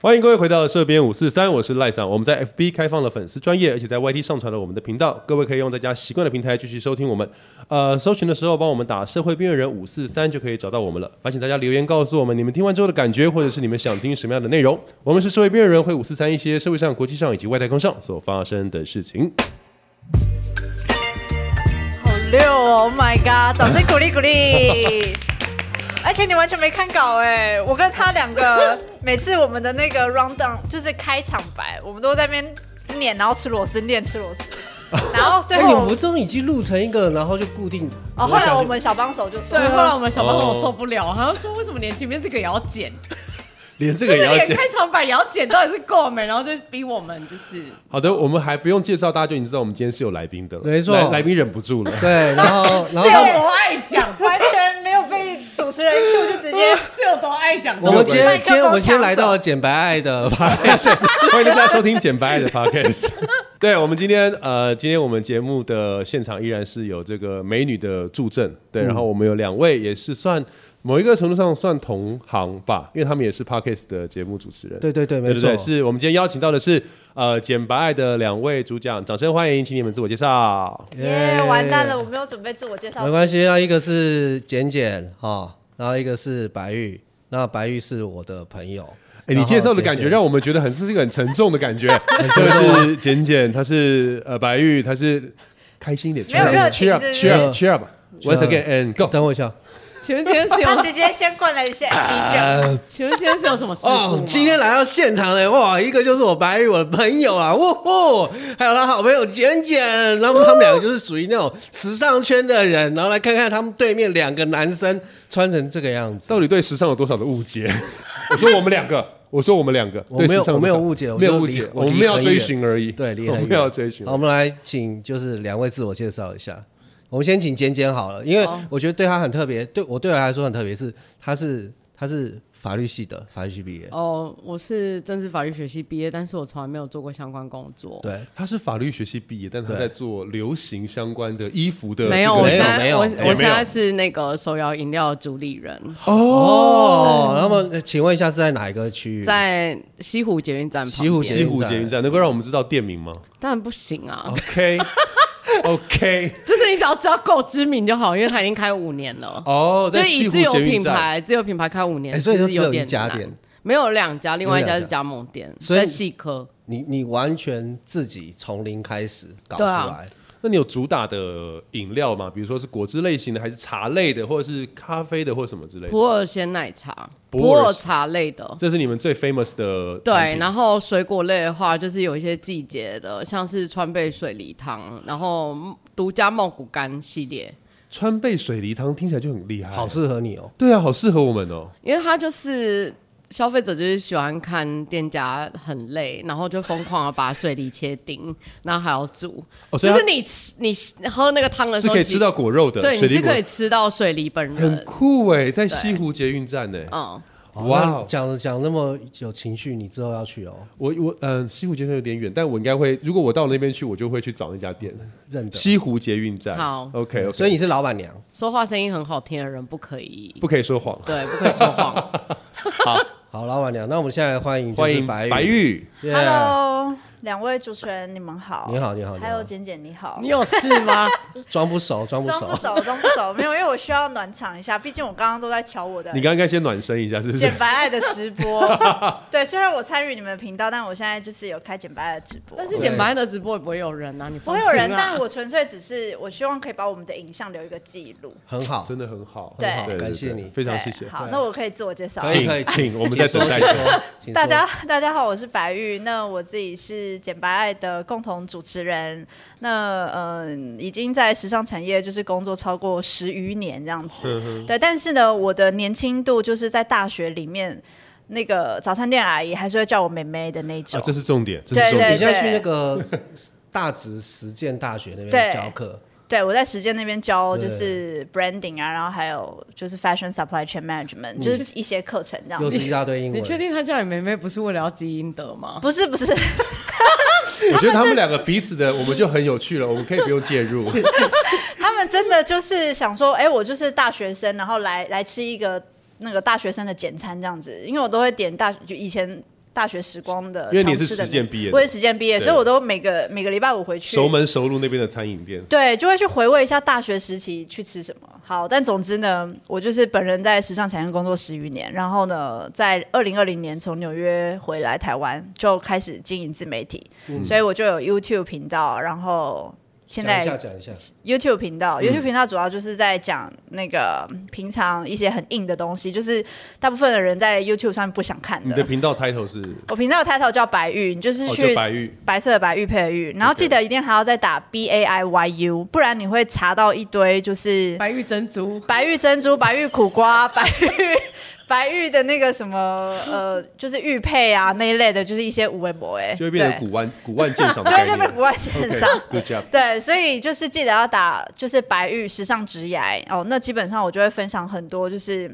欢迎各位回到社编五四三，我是赖尚。我们在 FB 开放了粉丝专业，而且在 YT 上传了我们的频道，各位可以用大家习惯的平台继续收听我们。呃，搜寻的时候帮我们打“社会边缘人五四三”就可以找到我们了。烦请大家留言告诉我们你们听完之后的感觉，或者是你们想听什么样的内容。我们是社会边缘人，会五四三一些社会上、国际上以及外太空上所发生的事情。好溜哦！Oh my god！掌声鼓励鼓励。 而且你完全没看稿哎、我跟他两个每次我们的那个 round down 就是开场白，我们都在那边念，然后吃螺丝，念吃螺丝，然后最哎，你后我们们这种已经录成一个，然后就固定。哦，后来我们小帮手就说，对，嗯啊后来我们小朋友哦受不了，他就说为什么连前面这个也要 剪，连这就个是也要连剪。开场白也要剪，到底是够没？然后就逼我们就是好的，我们还不用介绍，大家就已经知道我们今天是有来宾的了。没错来来宾忍不住了。 对，然后 然后是有他多爱讲，完全没有被主持人 Q 就直 接是有多爱讲。我们今麦克风天今天我们先抢来走到简白爱的 拍， 欢迎大家收听简白爱的 podcast。对 我们今天呃，今天我们节目的现场依然是有这个美女的助阵，对，然后我们有两位也是算某一个程度上算同行吧，因为他们也是 podcast 的节目主持人。对对对对，没对错对，，是我们今天邀请到的是呃简白爱的两位主讲，掌声欢迎，请你们自我介绍。耶，完蛋了，我没有准备自我介绍没，关系，那一个是简简哈，然后一个是白玉，那白玉是我的朋友。哎，你介绍的感觉让我们觉得很是一个很沉重的感 觉，啊就是简简，她是呃白玉，她是开心一点没有热情，cheer up 是不是 cheer up cheer 嗯 up once again and go。等我一下，请问今天是他有，直接先灌了一些啤酒。请问今天是有什么事故哦吗，今天来到现场的哇，一个就是我白宇，我的朋友啊，哇哦，还有他好朋友简简，然后他们两个就是属于那种时尚圈的人，然后来看看他们对面两个男生穿成这个样子。到底对时尚有多少的误解？我说我们两个，我说我们两个，我没有对时尚我没有多少误解我没有就误离解，我我们离没有很追远寻而已。对，离我很们没有远。追寻好，。我们来请就是两位自我介绍一下。我们先请简简好了，因为我觉得对他很特别，对我对我来说很特别，是他是他是法律系的，法律系毕业。哦，我是政治法律学系毕业，但是我从来没有做过相关工作。对，他是法律学系毕业，但他在做流行相关的衣服的这个，没有，没我有现在没有我没有我现在是那个手摇饮料的主理人，哦，那么呃请问一下是在哪一个区域？在西湖捷运站旁边。西湖捷西湖捷运站，能够让我们知道店名吗当然不行啊，哦？OK OK，就是你只要知道够知名就好，因为他已经开五年了。哦，就在以西湖自有捷运品站。牌，自有品牌开五年，哎所以其实就只有点一家难店，没有两家，另外没一有家两是家加盟店，所以在细科。你你完全自己从零开始搞出对来，啊那你有主打的饮料吗？比如说是果汁类型的，还是茶类的，或者是咖啡的，或什么之类的？普洱鲜奶茶、普洱普洱茶类的，这是你们最 famous 的产对，品然后水果类的话，就是有一些季节的，像是川贝水梨汤，然后独家茂谷柑系列，川贝水梨汤听起来就很厉害，好适合你哦。对啊，好适合我们哦。因为它就是消费者就是喜欢看店家很累，然后就疯狂的把水梨切丁，然后还要煮，哦所以它就是你吃你喝那个汤的时是候可以吃到。果肉的，对，你水是果可以吃到水梨本很人，酷哎，在西湖捷运站呢。嗯，哇那哦，讲讲那么有情绪，你之后要去哦，我我嗯、西湖捷运站有点远，但我应该会，如果我到那边去，我就会去找那家店。认得。嗯西湖捷运站，好，OK OK，所以你是老板娘，说话声音很好听的人不可以，不可以说谎。对，不可以说谎。好老板娘。那我们现在来欢迎就是欢迎白白玉，耶 Hello，两位主持人，你们好。你好你好你好还有简简，你好你。有事吗？ 装不熟，装不装熟不。熟，装不 熟，没有，因为我需要暖场一下，毕竟我刚刚都在瞧我的你刚刚应该先暖身一下，是不是简？白爱的直播。 对，虽然我参与你们的频道，但我现在就是有开简白爱的直播。 但是简白的直播也不会有人啊，你不放会心有人，啦但我纯粹只是我希望可以把我们的影像留一个记录。很好，真的很好，对很好感谢你非常对谢谢。好，对那我可以自我介绍。可以可以，请我们在等待请说，请说大家 大家好，我是白玉。那我自己是简白爱的共同主持人。那嗯、已经在时尚产业就是工作超过十余年这样子。对，但是呢，我的年轻度就是在大学里面，那个早餐店阿姨还是会叫我妹妹的那种。啊，这是重点，这是重对点。你现在去那个大直实践大学那对边教课，对，我在实践那边教就对是 branding 啊，然后还有就是 fashion supply chain management，就是一些课程这样又子。是一大堆英你确文。定他叫你妹妹不是为了要积阴德吗？ 不是不是，我觉得他们两个彼此的，我们就很有趣了，我们可以不用介 入。他们真的就是想说，哎、我就是大学生，然后来来吃一个那个大学生的简餐这样子，因为我都会点大就以前。大学时光的，因为你是尝试的实践美食毕业的我也实践毕业，对所以我都每个每个礼拜五回去熟门熟路那边的餐饮店。对，就会去回味一下大学时期去吃什么。好，但总之呢，我就是本人在时尚产业工作十余年，然后呢，在二零二零年从纽约回来台湾，就开始经营自媒体，嗯所以我就有 YouTube 频道，然后现讲一下在讲一下， YouTube 频嗯道、y o u t u b e 频道主要就是在讲那个平常一些很硬的东西，就是大部分的人在 YouTube 上面不想看你的。的频道 title 是我频道的 title 叫白玉，你就是哦，去就白玉，白色的白玉佩的玉，然后 OK 记得一定还要再打 B A I Y U，不然你会查到一堆就是白玉珍珠， 白玉珍珠、白玉苦瓜、 白玉白玉的那个什么呃，就是玉佩啊那一类的，就是一些无为博哎，就会变成对古玩古玩鉴赏的概 对，就念。被国外鉴赏。 OK，good job。对，所以就是记得要打就是白玉时尚直癌哦。那基本上我就会分享很多就是。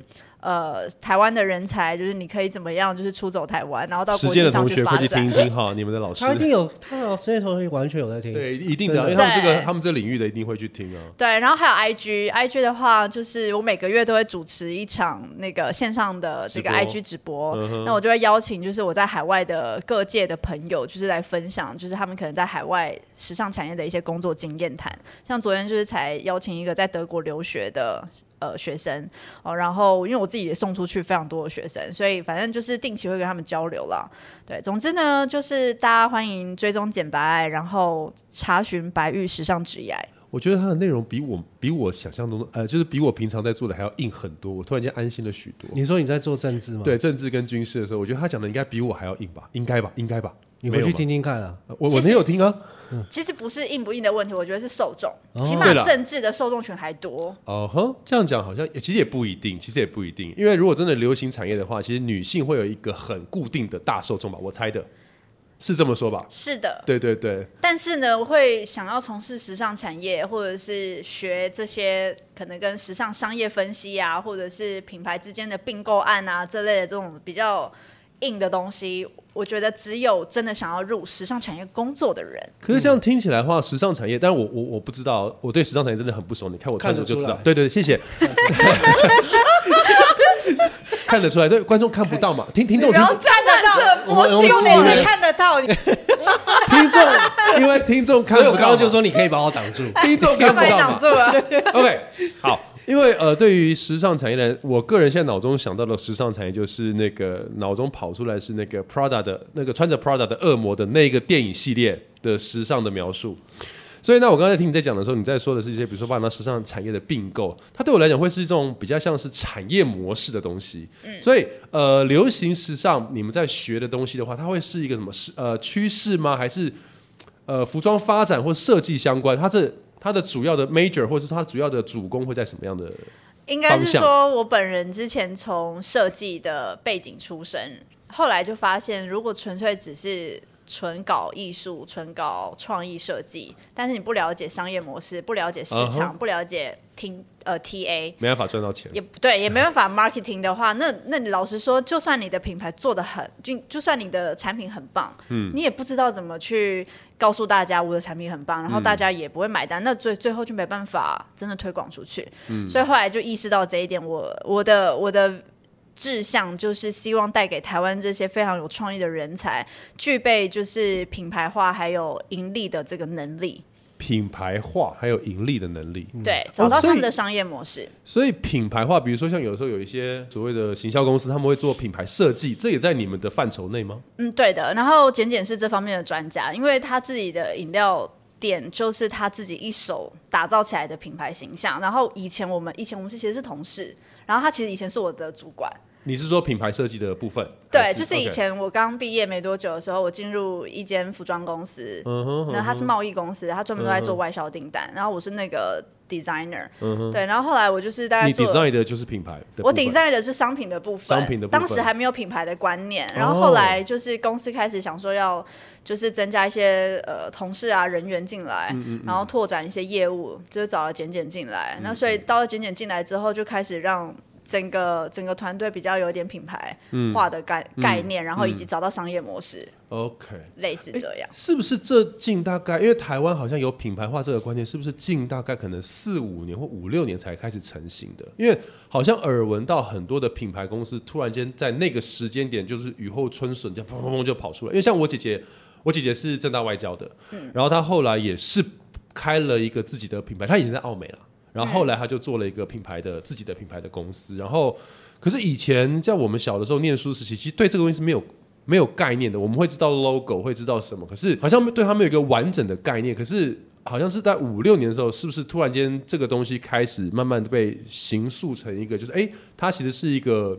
呃，台湾的人才就是你可以怎么样，就是出走台湾，然后到实国践际的上同去学发快展。去听一听哈，你们的老师他一定有，他老师那同学完全有在听。对一定的，因真为他的们这个对他们这领域的一定会去听啊。对，然后还有 IG，IG 的话，就是我每个月都会主持一场那个线上的这直个播 IG 直播，嗯哼那我就会邀请就是我在海外的各界的朋友，就是来分享，就是他们可能在海外时尚产业的一些工作经验谈。像昨天就是才邀请一个在德国留学的。呃，学生哦，然后因为我自己也送出去非常多的学生，所以反正就是定期会跟他们交流啦。对，总之呢，就是大家欢迎追踪简白爱，然后查询白玉时尚职业。我觉得它的内容比我比我想象中的，呃，就是比我平常在做的还要硬很多。我突然间安心了许多。你说你在做政治嗯吗？，对政治跟军事的时候，我觉得他讲的应该比我还要硬吧？应该吧？应该吧？你没回有去吗听听看啊。呃我其我实没有听啊。其实不是硬不硬的问题，我觉得是受众，起对码啦政治的受众群还多。哦哼，这样讲好像也呃其实也不一定，其实也不一定，因为如果真的流行产业的话，其实女性会有一个很固定的大受众吧，我猜的，是这么说吧？是的，对对对，但是呢，我会想要从事时尚产业，或者是学这些可能跟时尚商业分析啊，或者是品牌之间的并购案啊这类的这种比较硬的东西。我觉得只有真的想要入时尚产业工作的人，可是这样听起来的话，时尚产业，但我我我不知道，我对时尚产业真的很不熟。你看我穿着就知看得道出。来对对，对谢 谢。看得出来，对观众看不到嘛？听听众听然后站得到，我们希望我们你看得到，你听众，因为听众看所以我不刚到刚就嘛，说你可以把我挡住。听众看不把你到挡嘛住。了。 OK，好，因为呃，对于时尚产业的人，我个人现在脑中想到的时尚产业就是那个脑中跑出来是那个 Prada 的那个穿着 Prada 的恶魔的那个电影系列的时尚的描述。所以呢，我刚才听你在讲的时候，你在说的是一些，比如说把那时尚产业的并购，它对我来讲会是一种比较像是产业模式的东西。所以呃，流行时尚你们在学的东西的话，它会是一个什么是呃趋势吗？还是呃服装发展或设计相关，它是它的主要的 major 或是它主要的主攻会在什么样的？应该方是向说，我本人之前从设计的背景出身，后来就发现，如果纯粹只是纯搞艺术、纯搞创意设计，但是你不了解商业模式、不了解市场、嗯不了解听呃 TA，没办法赚到钱。也对，也没办法 marketing 的话，那那你老实说，就算你的品牌做的很，就就算你的产品很棒，嗯，你也不知道怎么去告诉大家我的产品很棒，然嗯后大家也不会买单，那最最后就没办法真的推广出去。嗯，所以后来就意识到这一点，我我的我的。志向就是希望带给台湾这些非常有创意的人才，具备就是品牌化还有盈利的这个能力，品牌化还有盈利的能力，对，找到哦所他以们的商业模式。所以品牌化，比如说像有时候有一些所谓的行销公司，他们会做品牌设计，这也在你们的范畴内吗？嗯，对的。然后简简是这方面的专家，因为他自己的饮料店就是他自己一手打造起来的品牌形象。然后以前我们以前我们是其实是同事，然后他其实以前是我的主管。你是说品牌设计的部分？还对，就是以 OK 前我刚毕业没多久的时候，我进入一间服装公司，嗯那他是贸易公司，他专门都在做外销订单，然后我是那个 designer，对，然后后来我就是大概嗯你做 design 的就是品牌的部分，我 design 的是商品的部分，商品的部分哦当时还没有品牌的观念，然后后来就是公司开始想说要就是增加一些呃同事啊人员进来，嗯然嗯后拓展一些业务，就是找了简简进来。那所以到了简简进来之后，就开始让整个整个团队比较有一点品牌化的概、嗯概念，然后以及找到商业模式， OK，类似这样。是不是这近大概？因为台湾好像有品牌化这个观念，是不是近大概可能四五年或五六年才开始成型的？因为好像耳闻到很多的品牌公司突然间在那个时间点，就是雨后春笋，这样砰砰砰就跑出来。因为像我姐姐，我姐姐是正大外交的，然后她后来也是开了一个自己的品牌，她以前在澳美啦，然后后来她就做了一个品牌的自己的品牌的公司，然后。可是以前在我们小的时候念书时期，其实对这个东西是没有没有概念的。我们会知道 logo，会知道什么，可是好像对他们有一个完整的概念。可是好像是在五六年的时候，是不是突然间这个东西开始慢慢地被形塑成一个，就是诶，它其实是一个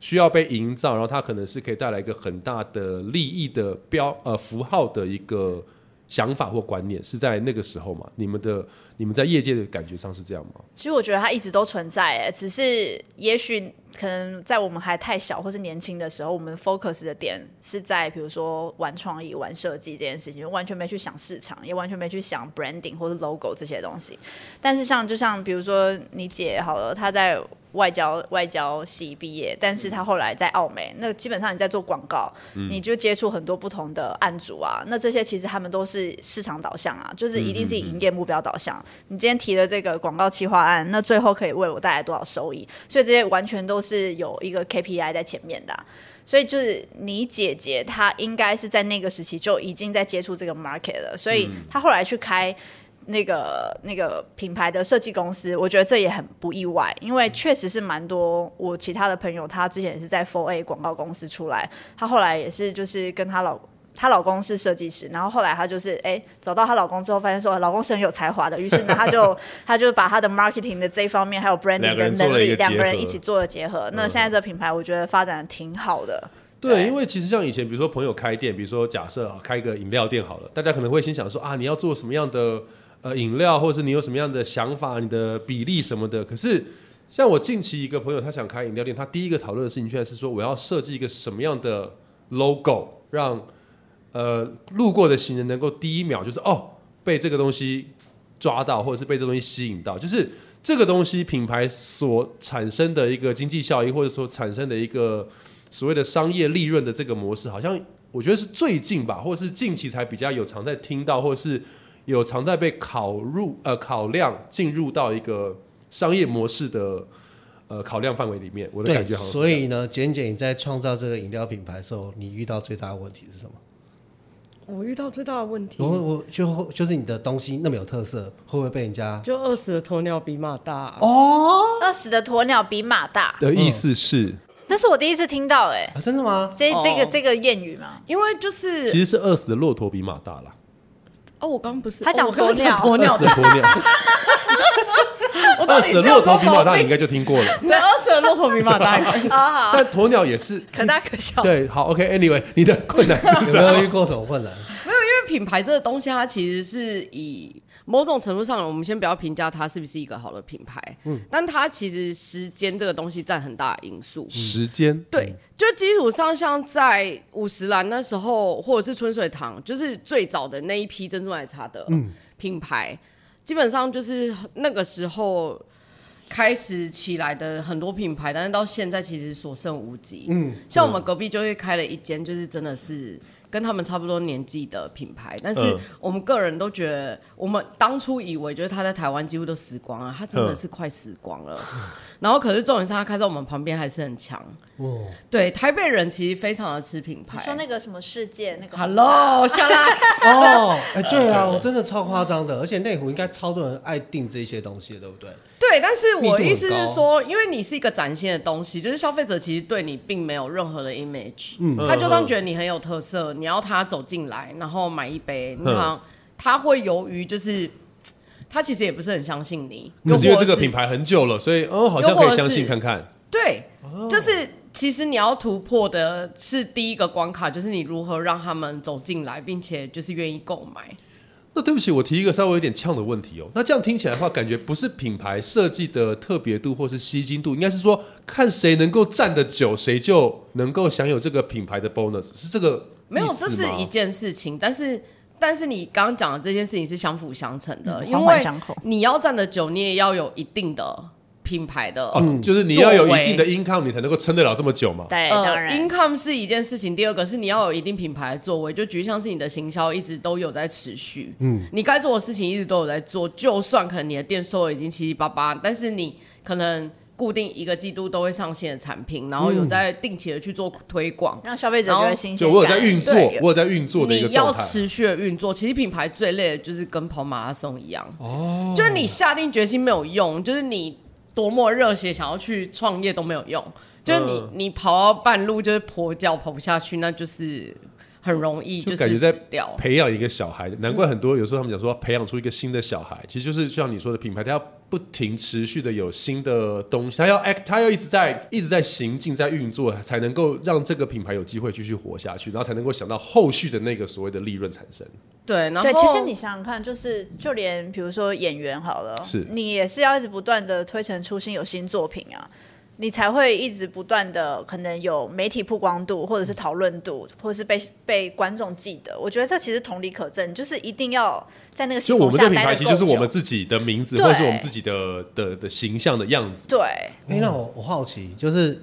需要被营造，然后它可能是可以带来一个很大的利益的标呃符号的一个。想法或观念是在那个时候嘛？你们的你们在业界的感觉上是这样吗？其实我觉得它一直都存在，哎只是也许可能在我们还太小或是年轻的时候，我们 focus 的点是在比如说玩创意、玩设计这件事情，完全没去想市场，也完全没去想 branding 或是 logo 这些东西。但是像就像比如说你姐好了，她在外交外交系毕业，但是她后来在澳美，那基本上你在做广告，你就接触很多不同的案主啊，那这些其实他们都是市场导向啊，就是一定是以营业目标导向。啊你今天提的这个广告企划案，那最后可以为我带来多少收益？所以这些完全都是有一个 KPI 在前面的啊、所以就是你姐姐她应该是在那个时期就已经在接触这个 market 了，所以她后来去开那个那个品牌的设计公司，我觉得这也很不意外，因嗯为确实是蛮多我其他的朋友，她之前也是在 Four A 广告公司出来，她后来也是就是跟她老。她老公是设计师，然后后来她就是哎、找到她老公之后，发现说老公是很有才华的，于是呢，她就她就把她的 marketing 的这一方面还有 branding 两个的人做能了一力，个两结个人合嗯一起做了结合。那现在这品牌，我觉得发展得挺好的。对，因为其实像以前，比如说朋友开店，比如说假设啊开个饮料店好了，大家可能会先想说啊，你要做什么样的呃饮料，或者是你有什么样的想法，你的比例什么的。可是像我近期一个朋友，他想开饮料店，他第一个讨论的事情居然是说，我要设计一个什么样的 logo，让呃路过的行人能够第一秒就是哦被这个东西抓到，或者是被这东西吸引到，就是这个东西品牌所产生的一个经济效益，或者说产生的一个所谓的商业利润的这个模式，好像我觉得是最近吧，或者是近期才比较有常在听到，或者是有常在被考入呃考量进入到一个商业模式的呃考量范围里面。我的感觉好像是所这样以呢，简简你在创造这个饮料品牌的时候，你遇到最大的问题是什么？ 我遇到最大的问题我我就就是你的东西那么有特色，会不会被人家？就饿死的鸵鸟比马大。啊哦饿死的鸵鸟比马大，的意思是，嗯这是我第一次听到哎、啊，真的吗？这哦这个这个谚语嘛，因为就是其实是饿死的骆驼比马大啦，哦，我刚刚不是他讲哦我刚刚讲鸵 鸵饿鸟死，的鸵鸟，我 到饿底死是的有骆驼比马多大，毛你病应该就听过了。对，饿死的骆驼比马大。啊、好，但鸵鸟也是，可大可小。对，好，OK，Anyway，你的困难 是啊有什没有遇么？过什么困难？因为品牌这个东西，它其实是以某种程度上，我们先不要评价它是不是一个好的品牌，嗯，但它其实时间这个东西占很大的因素。时间，嗯对，就基础上，像在五十岚那时候，或者是春水堂，就是最早的那一批珍珠奶茶的嗯品牌，基本上就是那个时候开始起来的很多品牌，但是到现在其实所剩无几。嗯，像我们隔壁就会开了一间，就是真的是。跟他们差不多年纪的品牌，但是嗯我们个人都觉得，我们当初以为就是他在台湾几乎都死光了，他真的嗯是快死光了。然后可是重点是他开在我们旁边还是很强。对，台北人其实非常的吃品牌。你说那个什么世界那个红茶 Hello，下来，哦，哎、对啊，我真的超夸张的，而且内湖应该超多人爱订这些东西的，对不对？对，但是密度我很意思是说，因为你是一个展现的东西，就是消费者其实对你并没有任何的 image，、他嗯就算觉得你很有特色，你要他走进来然后买一嗯杯，你好像他会由于就是他其实也不是很相信你，可嗯是因为这个品牌牌很久了，所以嗯，好像可以相信看看。对，哦就是。其实你要突破的是第一个关卡，就是你如何让他们走进来，并且就是愿意购买。那对不起，我提一个稍微有点呛的问题哦。那这样听起来的话，感觉不是品牌设计的特别度或是吸睛度，应该是说看谁能够站得久，谁就能够享有这个品牌的 bonus，是这个没有意，这思是吗一件事情，但是但是你刚刚讲的这件事情是相辅相成的，嗯因环环为相扣你要站得久，你也要有一定的呃品牌的。哦，就是你要有嗯作一为定的 income，你才能够撑得了这么久嘛。对，呃当然， ，income 是一件事情，第二个是你要有一定品牌的作为，就举例像是你的行销一直都有在持续，嗯，你该做的事情一直都有在做，就算可能你的店收的已经七七八八，但是你可能固定一个季度都会上线的产品，然后有在定期的去做推广，让消费者觉然得后新鲜就感。我有在运作对，我有在运作的一个你状要态。啊持续的运作。其实品牌最累的就是跟跑马拉松一样，哦，就是你下定决心没有用，就是你多么热血想要去创业都没有用，就是你、嗯你跑到半路就是跛脚跑不下去，那就是很容易就是感觉在死掉。培养一个小孩，难怪很多有时候他们讲说培养出一个新的小孩，其实就是像你说的品牌，它要不停持续的有新的东西，它要 act，它要一直在一直在行进，在运作，才能够让这个品牌有机会继续活下去，然后才能够想到后续的那个所谓的利润产生。对，然后对，其实你想想看，就是就连比如说演员好了，是你也是要一直不断的推陈出新，有新作品啊，你才会一直不断的可能有媒体曝光度，或者是讨论度，或者是被被观众记得。我觉得这其实同理可证，就是一定要在那个系所以我统们下这品待牌的其够实就是我们久。自己的名字，对或者是我们自己的的的形象的样子。对，哎、那我我好奇，就是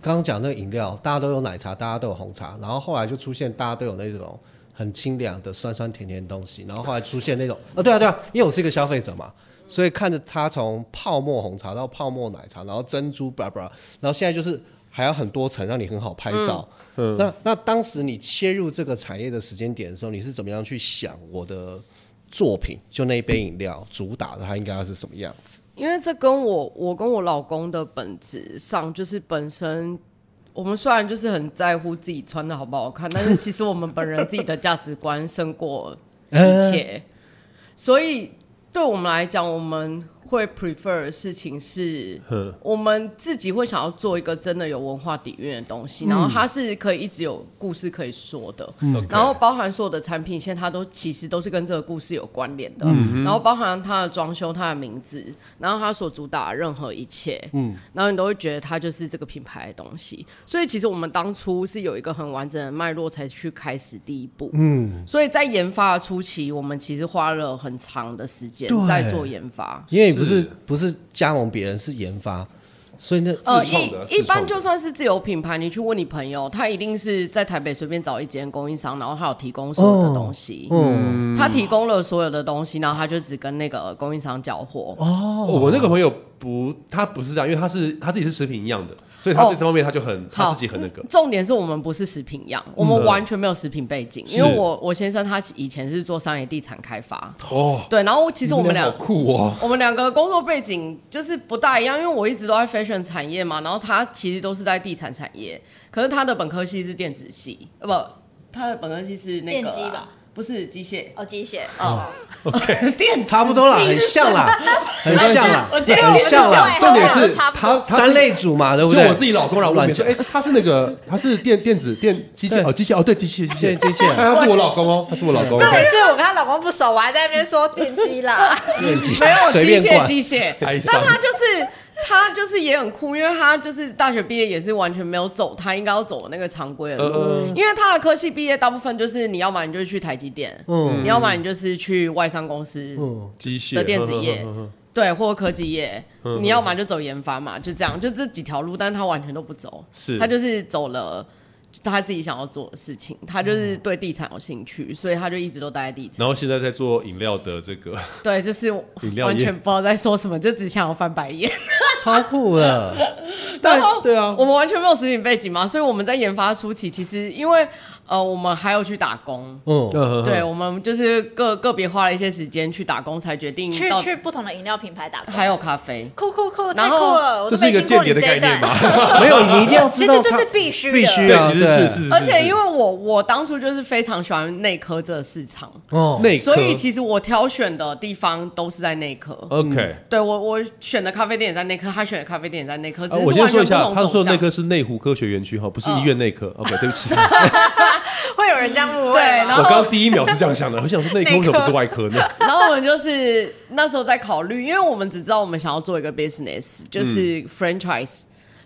刚刚讲那个饮料，大家都有奶茶，大家都有红茶，然后后来就出现大家都有那种很清凉的酸酸甜甜的东西，然后后来出现那种，啊、对啊对啊，因为我是一个消费者嘛，所以看着它从泡沫红茶到泡沫奶茶，然后珍珠巴拉巴拉，然后现在就是还有很多层让你很好拍照。那那当时你切入这个产业的时间点的时候，你是怎么样去想我的作品？就那一杯饮料主打的它应该要是什么样子？因为这跟我我跟我老公的本质上就是本身。我们虽然就是很在乎自己穿的好不好看，但是其实我们本人自己的价值观胜过一切，所以对我们来讲，我们会 prefer 的事情是，我们自己会想要做一个真的有文化底蕴的东西，然后它是可以一直有故事可以说的，呃然后包含所有的产品线，它都其实都是跟这个故事有关联的，嗯然后包含它的装修、它的名字，然后它所主打的任何一切，嗯，然后你都会觉得它就是这个品牌的东西，所以其实我们当初是有一个很完整的脉络才去开始第一步，嗯，所以在研发的初期，我们其实花了很长的时间对在做研发，因为你不是是不是加盟别人，是研发，所以那呃呃，自创的一一自创般的就算是自有品牌，你去问你朋友，他一定是在台北随便找一间供应商，然后他有提供所有的东西，哦嗯，他提供了所有的东西，然后他就只跟那个供应商交货。哦，我那个朋友不，他不是这样，因为他是他自己是食品一样的，所以他对哦这方面他就很他好自己很那个。重点是我们不是食品样，我们完全没有食品背景，因嗯是为我我先生他以前是做商业地产开发，哦，对，然后其实我们好俩酷哦。我们两个工作背景就是不大一样，因为我一直都在 fashion 产业嘛，然后他其实都是在地产产业，可是他的本科系是电子系，呃不，他的本科系是那个啊电机吧，不是机 械，哦，机械，电差不多啦，很像啦，很像啦，我觉得我很像啦。啊重点是差不他多他三类组嘛，对不就对？我自己老公啦，我乱每次讲哎，他是那个他是电电子电机械对哦，机械哦，对机械机对械机械哎 他是我老公哦，他是我老公。重点是我跟她老公不熟，我还在那边说电机啦。练级没有随机便械灌，机械，哀伤那他就是他就是也很酷，因为他就是大学毕业也是完全没有走他应该要走的那个常规的路，嗯因为他的科系毕业大部分就是你要么你就去台积电，你要么你就是去外商公司，机械的电子业嗯嗯嗯嗯对，或科技业，你要么就走研发嘛，就这样，就这几条路，但是他完全都不走，是他就是走了他自己想要做的事情，他就是嗯对地产有兴趣，所以他就一直都待在地产，然后现在在做饮料的这个，对，就是饮料业完全不知道在说什么，就只想要翻 白眼。超酷了。 但然后对啊，我们完全没有食品背景嘛，所以我们在研发初期，其实因为呃，我们还有去打工。嗯，嗯对，，我们就是个个别花了一些时间去打工，才决定去到去不同的饮料品牌打工，还有咖啡。酷酷酷，然太酷后了！我这都是没一个听间过谍你的这概一念段。吧？没有，你一定要其实知道这它是必须的，必须对对，啊其实对是是，是而且是因为我我当初就是非常喜欢内科这个市场，哦，内科所以其实我挑选的地方都是在内科。 OK。对我我选的咖啡店也在内科，他选的咖啡店也在内科，只啊是我先完全说一不下，同他说走内向。科是内湖科学园区哈，不是医院内科。OK，对不起， 会有人这样误会吗。对然我后刚刚第一秒是这样想的，我想说内科为什么不是外科呢？然后我们就是 嗯那时候在考虑，因为我们只知道我们想要做一个 business，就是 franchise，、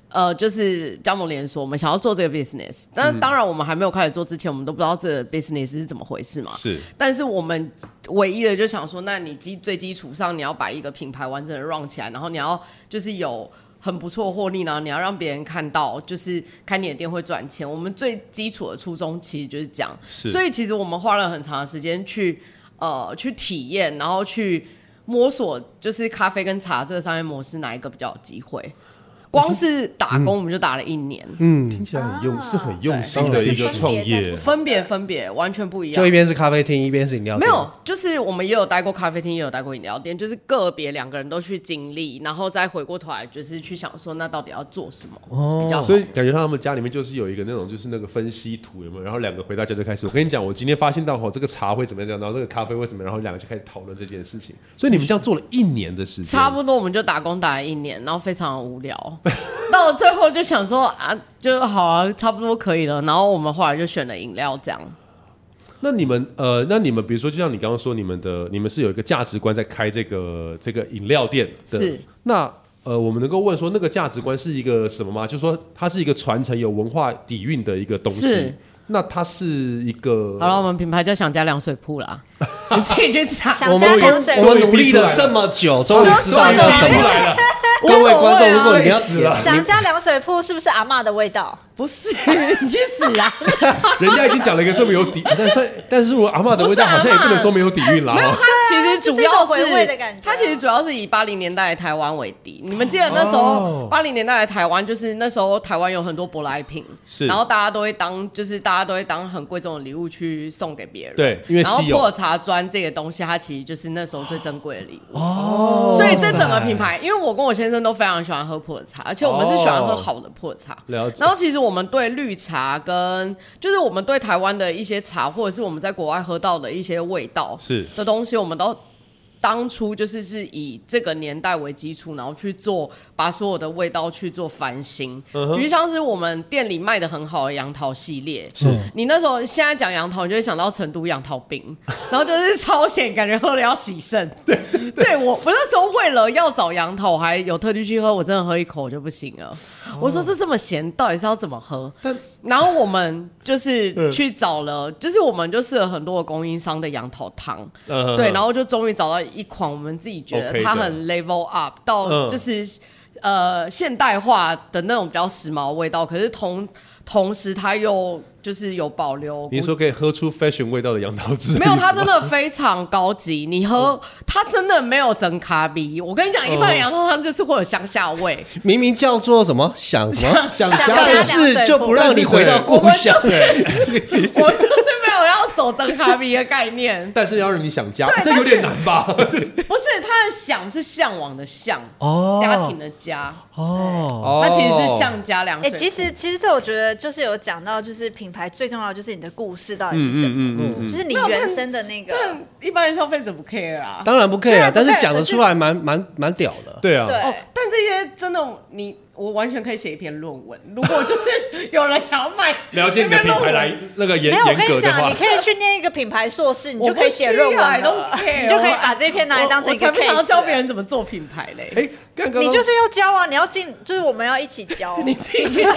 呃，就是加盟连锁，我们想要做这个 business，但嗯当然我们还没有开始做之前，我们都不知道这个 business 是怎么回事嘛。是但是我们唯一的就想说，那你基最基础上，你要把一个品牌完整的 run 起来，然后你要就是有很不错的获利，然后你要让别人看到，就是开你的店会赚钱。我们最基础的初衷其实就是这样，是所以其实我们花了很长的时间去呃去体验，然后去摸索，就是咖啡跟茶这个商业模式哪一个比较有机会。光是打工，我们就打了一年，听起来很用，啊是很用心的一个创业。分别分别完全不一样。就一边是咖啡厅，一边是饮料没店，有，就是我们也有待过咖啡厅，也有待过饮料店，就是个别两个人都去经历，然后再回过头来，就是去想说，那到底要做什么、比较好？所以感觉到他们家里面就是有一个那种就是那个分析图有没有？然后两个回到家就开始，我跟你讲，我今天发现到吼这个茶会怎么样，然后这个咖啡会怎么样，然后两个就开始讨论这件事情。所以你们这样做了一年的时间，差不多我们就打工打了一年，然后非常无聊，到了最后就想说啊，就好啊，差不多可以了。然后我们后来就选了饮料，这样那你们呃，那你们比如说，就像你刚刚说，你们的你们是有一个价值观在开这个这个饮料店的。是。那呃，我们能够问说，那个价值观是一个什么吗？就是说，它是一个传承有文化底蕴的一个东西。是。那它是一个好了。我们品牌叫想家凉水铺 啦，你自己去查。想加凉水我终们于努力了这么久，终于知道要什出么了。来了，各位观众，如果你要累死了想家凉水铺是不是阿嬷的味道？ 不是，你去死啊啦！人家已经讲了一个这么有 底，但算但是我阿嬷的味道好像也不能说没有底蕴啦。哦哈其实主要就是一种回味的感觉它其实主要是以八零年代的台湾为底。你们记得那时候哦八零年代的台湾，就是那时候台湾有很多舶来品，是然后大家都会当就是大家都会当很贵重的礼物去送给别人，对因为然后稀有破茶砖这个东西，它其实就是那时候最珍贵的礼物。哦，所以这整个品牌，因为我跟我先生都非常喜欢喝破茶，而且我们是喜欢喝好的破茶。哦了解然后其实我们对绿茶跟就是我们对台湾的一些茶，或者是我们在国外喝到的一些味道是的东西，我们都当初就是是以这个年代为基础，然后去做把所有的味道去做翻新。举、像是我们店里卖的很好的杨桃系列，是你那时候现在讲杨桃，你就会想到成都杨桃冰， 然后就是超咸，感觉喝了要洗肾。 对对我我那时候为了要找杨桃，我还有特地去喝，我真的喝一口我就不行了。我说这这么咸，到底是要怎么喝？ 然后我们就是去找了，就是我们就试了很多的供应商的杨桃汤，嗯对，然后就终于找到一款我们自己觉得 OK 它的很 level up 到嗯就是、呃现代化的那种比较时髦的味道，可是同同时它又就是有保留。你说可以喝出 fashion 味道的杨桃汁，没有，它真的非常高级。你哦喝它真的没有真咖啡。我跟你讲，一般的嗯杨桃汤就是会有乡下 味。明明叫做什么想什么， 想想家家里，但是就不让你回到故乡。我就是没有要走真咖啡的概念但是要让你想家，这有点难 吧？不是它的想是向往的向，哦家庭的家，哦，哦它其实是向家良哎、水。其实其实这我觉得就是有讲到，就是品牌最重要的就是你的故事到底是什么，嗯嗯嗯嗯，就是你没有原但生的那个。但一般人消费者不 care 啊。当然不 care 啊，但是讲得出来。来蛮蛮蛮屌的。对啊，对哦，但这些真的，你我完全可以写一篇论文。如果就是有人想要买 了解你的这篇品论牌文来那个严没有，我严跟格你的讲，话你，可以去念一个品牌硕士，你我就可以写论文不需要了， I don't care，你就可以把这篇拿来当成一个我我才不想要 case 啊教别人怎么做品牌嘞。哎，刚刚你就是要教啊，你要进，就是我们要一起教。 你自己去讲，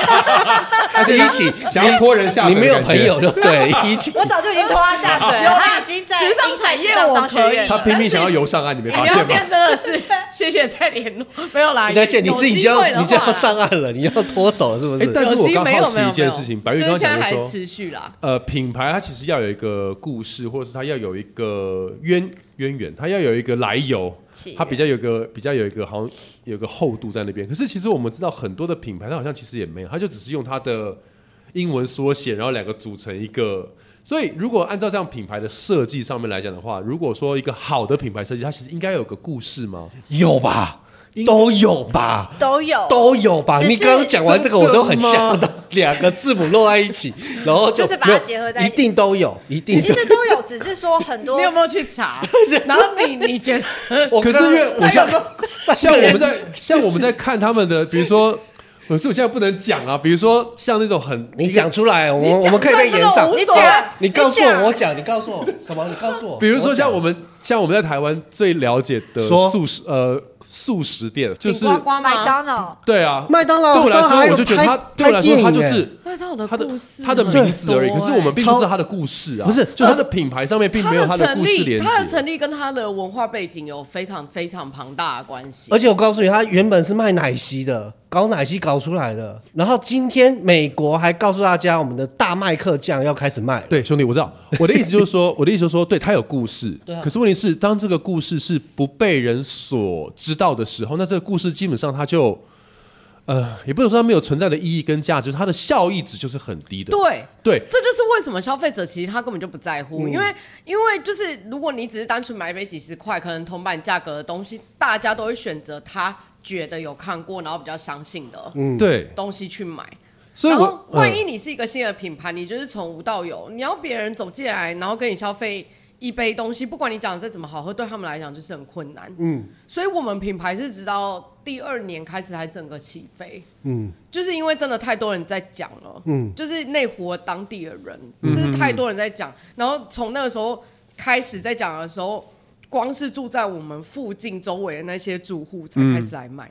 而且一起想要拖人下水，你没有 朋友。就对，一起我早就已经拖他下水有了，他已经在时尚产业我商学可以院他了。拼命想要游上岸，你没发饮料现吗？哎店真的是谢谢再联络，没有 啦。而且你有是已机经会要的你就话要啦上岸了，你要脱手了是不哎但是？是有我机刚没有好奇没有一件没有事情白玉就刚是刚现讲在的还说持续啦。呃，品牌它其实要有一个故事，或者是它要有一个渊渊源，它要有一个来由起，源它比较有个比较有一个好像有个厚度在那边。可是其实我们知道很多的品牌，它好像其实也没有，它就只是用它的英文缩写，然后两个组成一个。所以如果按照这样品牌的设计上面来讲的话，如果说一个好的品牌设计，它其实应该有个故事吗？有吧，都有吧。都有都有吧？只是你刚刚讲完这个，我都很像的，两个字母落在一起，然后就是把它没有结合在一一起定都有，一定其实都有，只是说很多你 有没有 去查？然后你你觉得我可是因为我像像我们在像我们在看他们的，比如 说，可是我现在不能讲啊，比如说像那种很你讲出来，我们你我讲们可以被延出来真上的无。你讲你告诉你讲我，我讲，你告诉我什么？你告诉我。比如说像我我们像我们在台湾最了解的说素食呃素食店，就是顶呱呱麦吗？当劳，对啊，麦当劳对我来当然还说，有我就觉得他拍对我来说，拍他就电影欸是麦当劳他的故事，他的名字而已。可是我们并不知道他的故事啊，不是就他的品牌上面并没有它的故事连接。它的成立跟它的文化背景有非常非常庞大的关系。而且我告诉你，他原本是卖奶昔的，搞奶昔搞出来的。然后今天美国还告诉大家，我们的大麦克酱要开始卖了。对，兄弟，我知道。我的意思就是说，我的意思就是说，对他有故 事，啊可是问题是，当这个故事是不被人所知道的时候，那这个故事基本上它就，呃，也不能说它没有存在的意义跟价值，它的效益值就是很低的。对，对，嗯这就是为什么消费者其实他根本就不在乎，因为因为就是如果你只是单纯买一杯几十块，可能铜板价格的东西，大家都会选择他觉得有看过，然后比较相信的嗯对，东西去买。所以然我后，万嗯一你是一个新的品牌，你就是从无到有，你要别人走进来，然后跟你消费一杯东西，不管你讲的再怎么好喝，对他们来讲就是很困难。嗯，所以我们品牌是直到第二年开始才整个起飞。嗯，就是因为真的太多人在讲了。嗯，就是内湖当地的人，嗯就是太多人在讲，然后从那个时候开始在讲的时候。光是住在我们附近周围的那些住户才开始来买，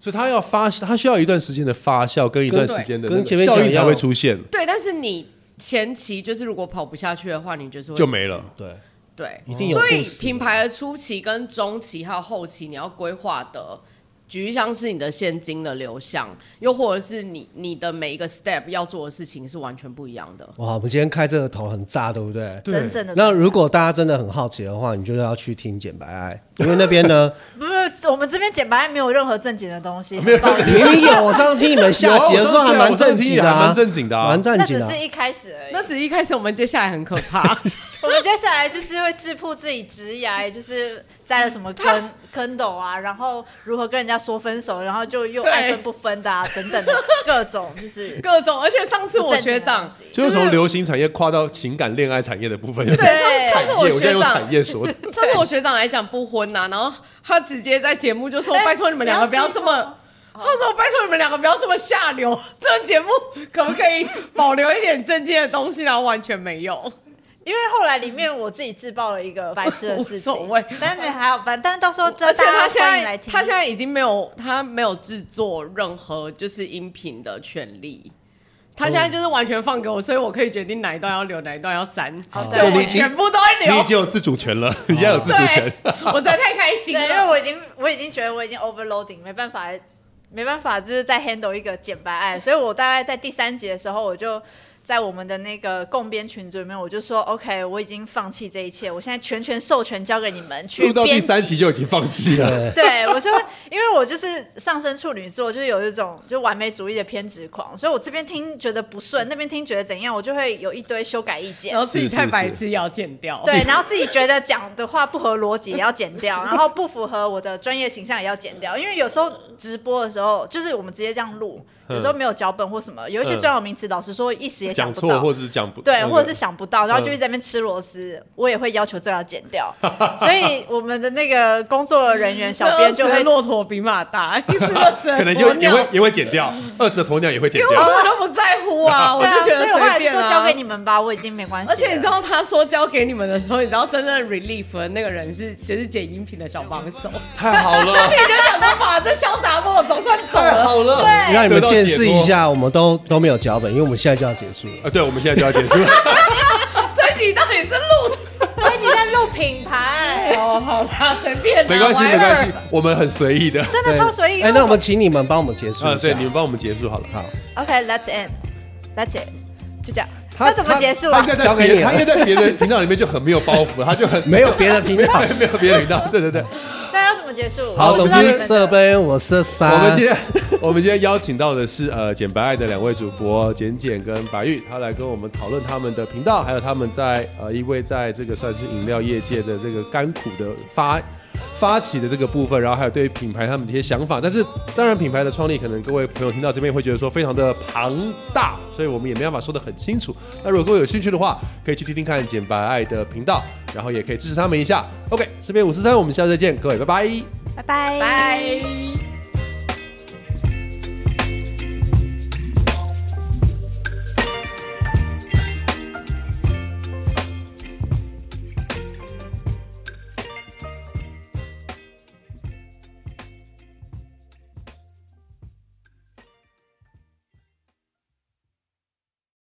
所以它要发，它需要一段时间的发酵跟一段时间的那跟个前面效讲益一才样会出现，对。但是你前期就是如果跑不下去的话，你就是会就没死了。对，对，一定有所以故事的品牌的初期、跟中期还有后期，你要规划的，举例像是你的现金的流向，又或者是你你的每一个 step 要做的事情是完全不一样的。哇，我们今天开这个头很炸，对不对？对真正的那如果大家真的很好奇的话，你就要去听简白爱，因为那边 呢，不是我们这边简白没有任何正经的东西，没有很抱歉，也有。我上次听你们下集的时候还蛮正经的、还啊，蛮正经的啊蛮正那经只的啊、是一开始而已。那只是一开始，我们接下来很可怕。我们接下来就是会自曝自己职涯，就是栽了什么 坑坑斗啊，然后如何跟人家说分手，然后就又对爱分不分的 啊，等等的各种就是。 各种，而且上次我学长不正经的东西就是从流行产业跨到情感恋爱产业的部分， 对，上产次上次业，我我现在学用长产。业说的， 上次我学长来讲不婚呐、然后他直接在节目就说：“哎拜托你们两个不要这不要么。”他说：“拜托你们两个不要这么下流，这个节目可不可以保留一点正经的东西？”然后完全没有。因为后来里面我自己自爆了一个白痴的事情， 无所谓但是还好，反但是到时候就而且大他家现欢迎来在听。他现在已经没有他没有制作任何就是音频的权利，他现在就是完全放给我，所以我可以决定哪一段要留，哪一段要删，所对以我你全部都会你已留。经有自主权了， 你现在有自主权对。， 我实在太开心对，因为了。我已经我已经觉得我已经 overloading，没办法，没办法，就是在 handle 一个简 白爱，所以我大概在第三集的时候，我就在我们的那个共编群组里面，我就说 OK，我已经放弃这一切，我现在全权授权交给你们去录到第编辑三集就已经放弃了。对，我是会，因为我就是上升处女座，就是有一种就完美主义的偏执狂，所以我这边听觉得不顺，那边听觉得怎样，我就会有一堆修改意见然。后自己是太是白是痴也要剪哦掉。对，然后自己觉得讲的话不合逻辑也要剪掉，然后不符合我的专业形象也要剪掉，因为有时候直播的时候，就是我们直接这样录，有时候没有脚本或什么，有一些专有名词，老实说一时嗯也想讲不错到。或者是讲不那对，个或者是想不到，然后就一直在那边吃螺丝，我也会要求这要剪掉， 所以我们的那个工作人员小编就那会二十 的骆驼比马 大，一直二十的可能就鸵也鸟会也会剪 掉，二十的鸵鸟也会剪因为掉。我都不在乎啊，我对啊，就觉得所以我后来随就便说啊。交给你们吧，我已经没关系了。而且你知道他说交给你们的时候，你知道真正 relief 的那个人是就是剪音频的小帮手，太好 了，所以你就想说，哇，这潇洒莫总算走太了。好了，对让你们见识一。下，我们都都没有脚本，因为我们现在就要结束了。啊，对，我们现在就要结束了。这一集到底是录什么？我已经在录品牌，哦，好啦，随便啦，没关系， whatever 没关系，，我们很随意的。真的超随意。哎、那我们请你们帮我们结束啊，一对，下。你们帮我们结束好了。好， OK，Let's end，That's it，就这样。那怎么结束啊？交给你他了应该在别的频道里面就很没有包袱了，他就很没有 别的频道。没有别的频道。对对对，那要怎么结束？我好，不总知道你之们的设备我是三，我们今天我们今天邀请到的是呃简白爱的两位主播简简跟白玉，他来跟我们讨论他们的频道，还有他们在呃一位在这个算是饮料业界的这个甘苦的发发起的这个部分，然后还有对于品牌他们的一些想法。但是当然品牌的创立，可能各位朋友听到这边会觉得说非常的庞大，所以我们也没办法说的很清楚。那如果各位有兴趣的话，可以去听听看简白爱的频道，然后也可以支持他们一下。OK，这边五四三，我们下次再见，各位，拜拜。拜拜拜。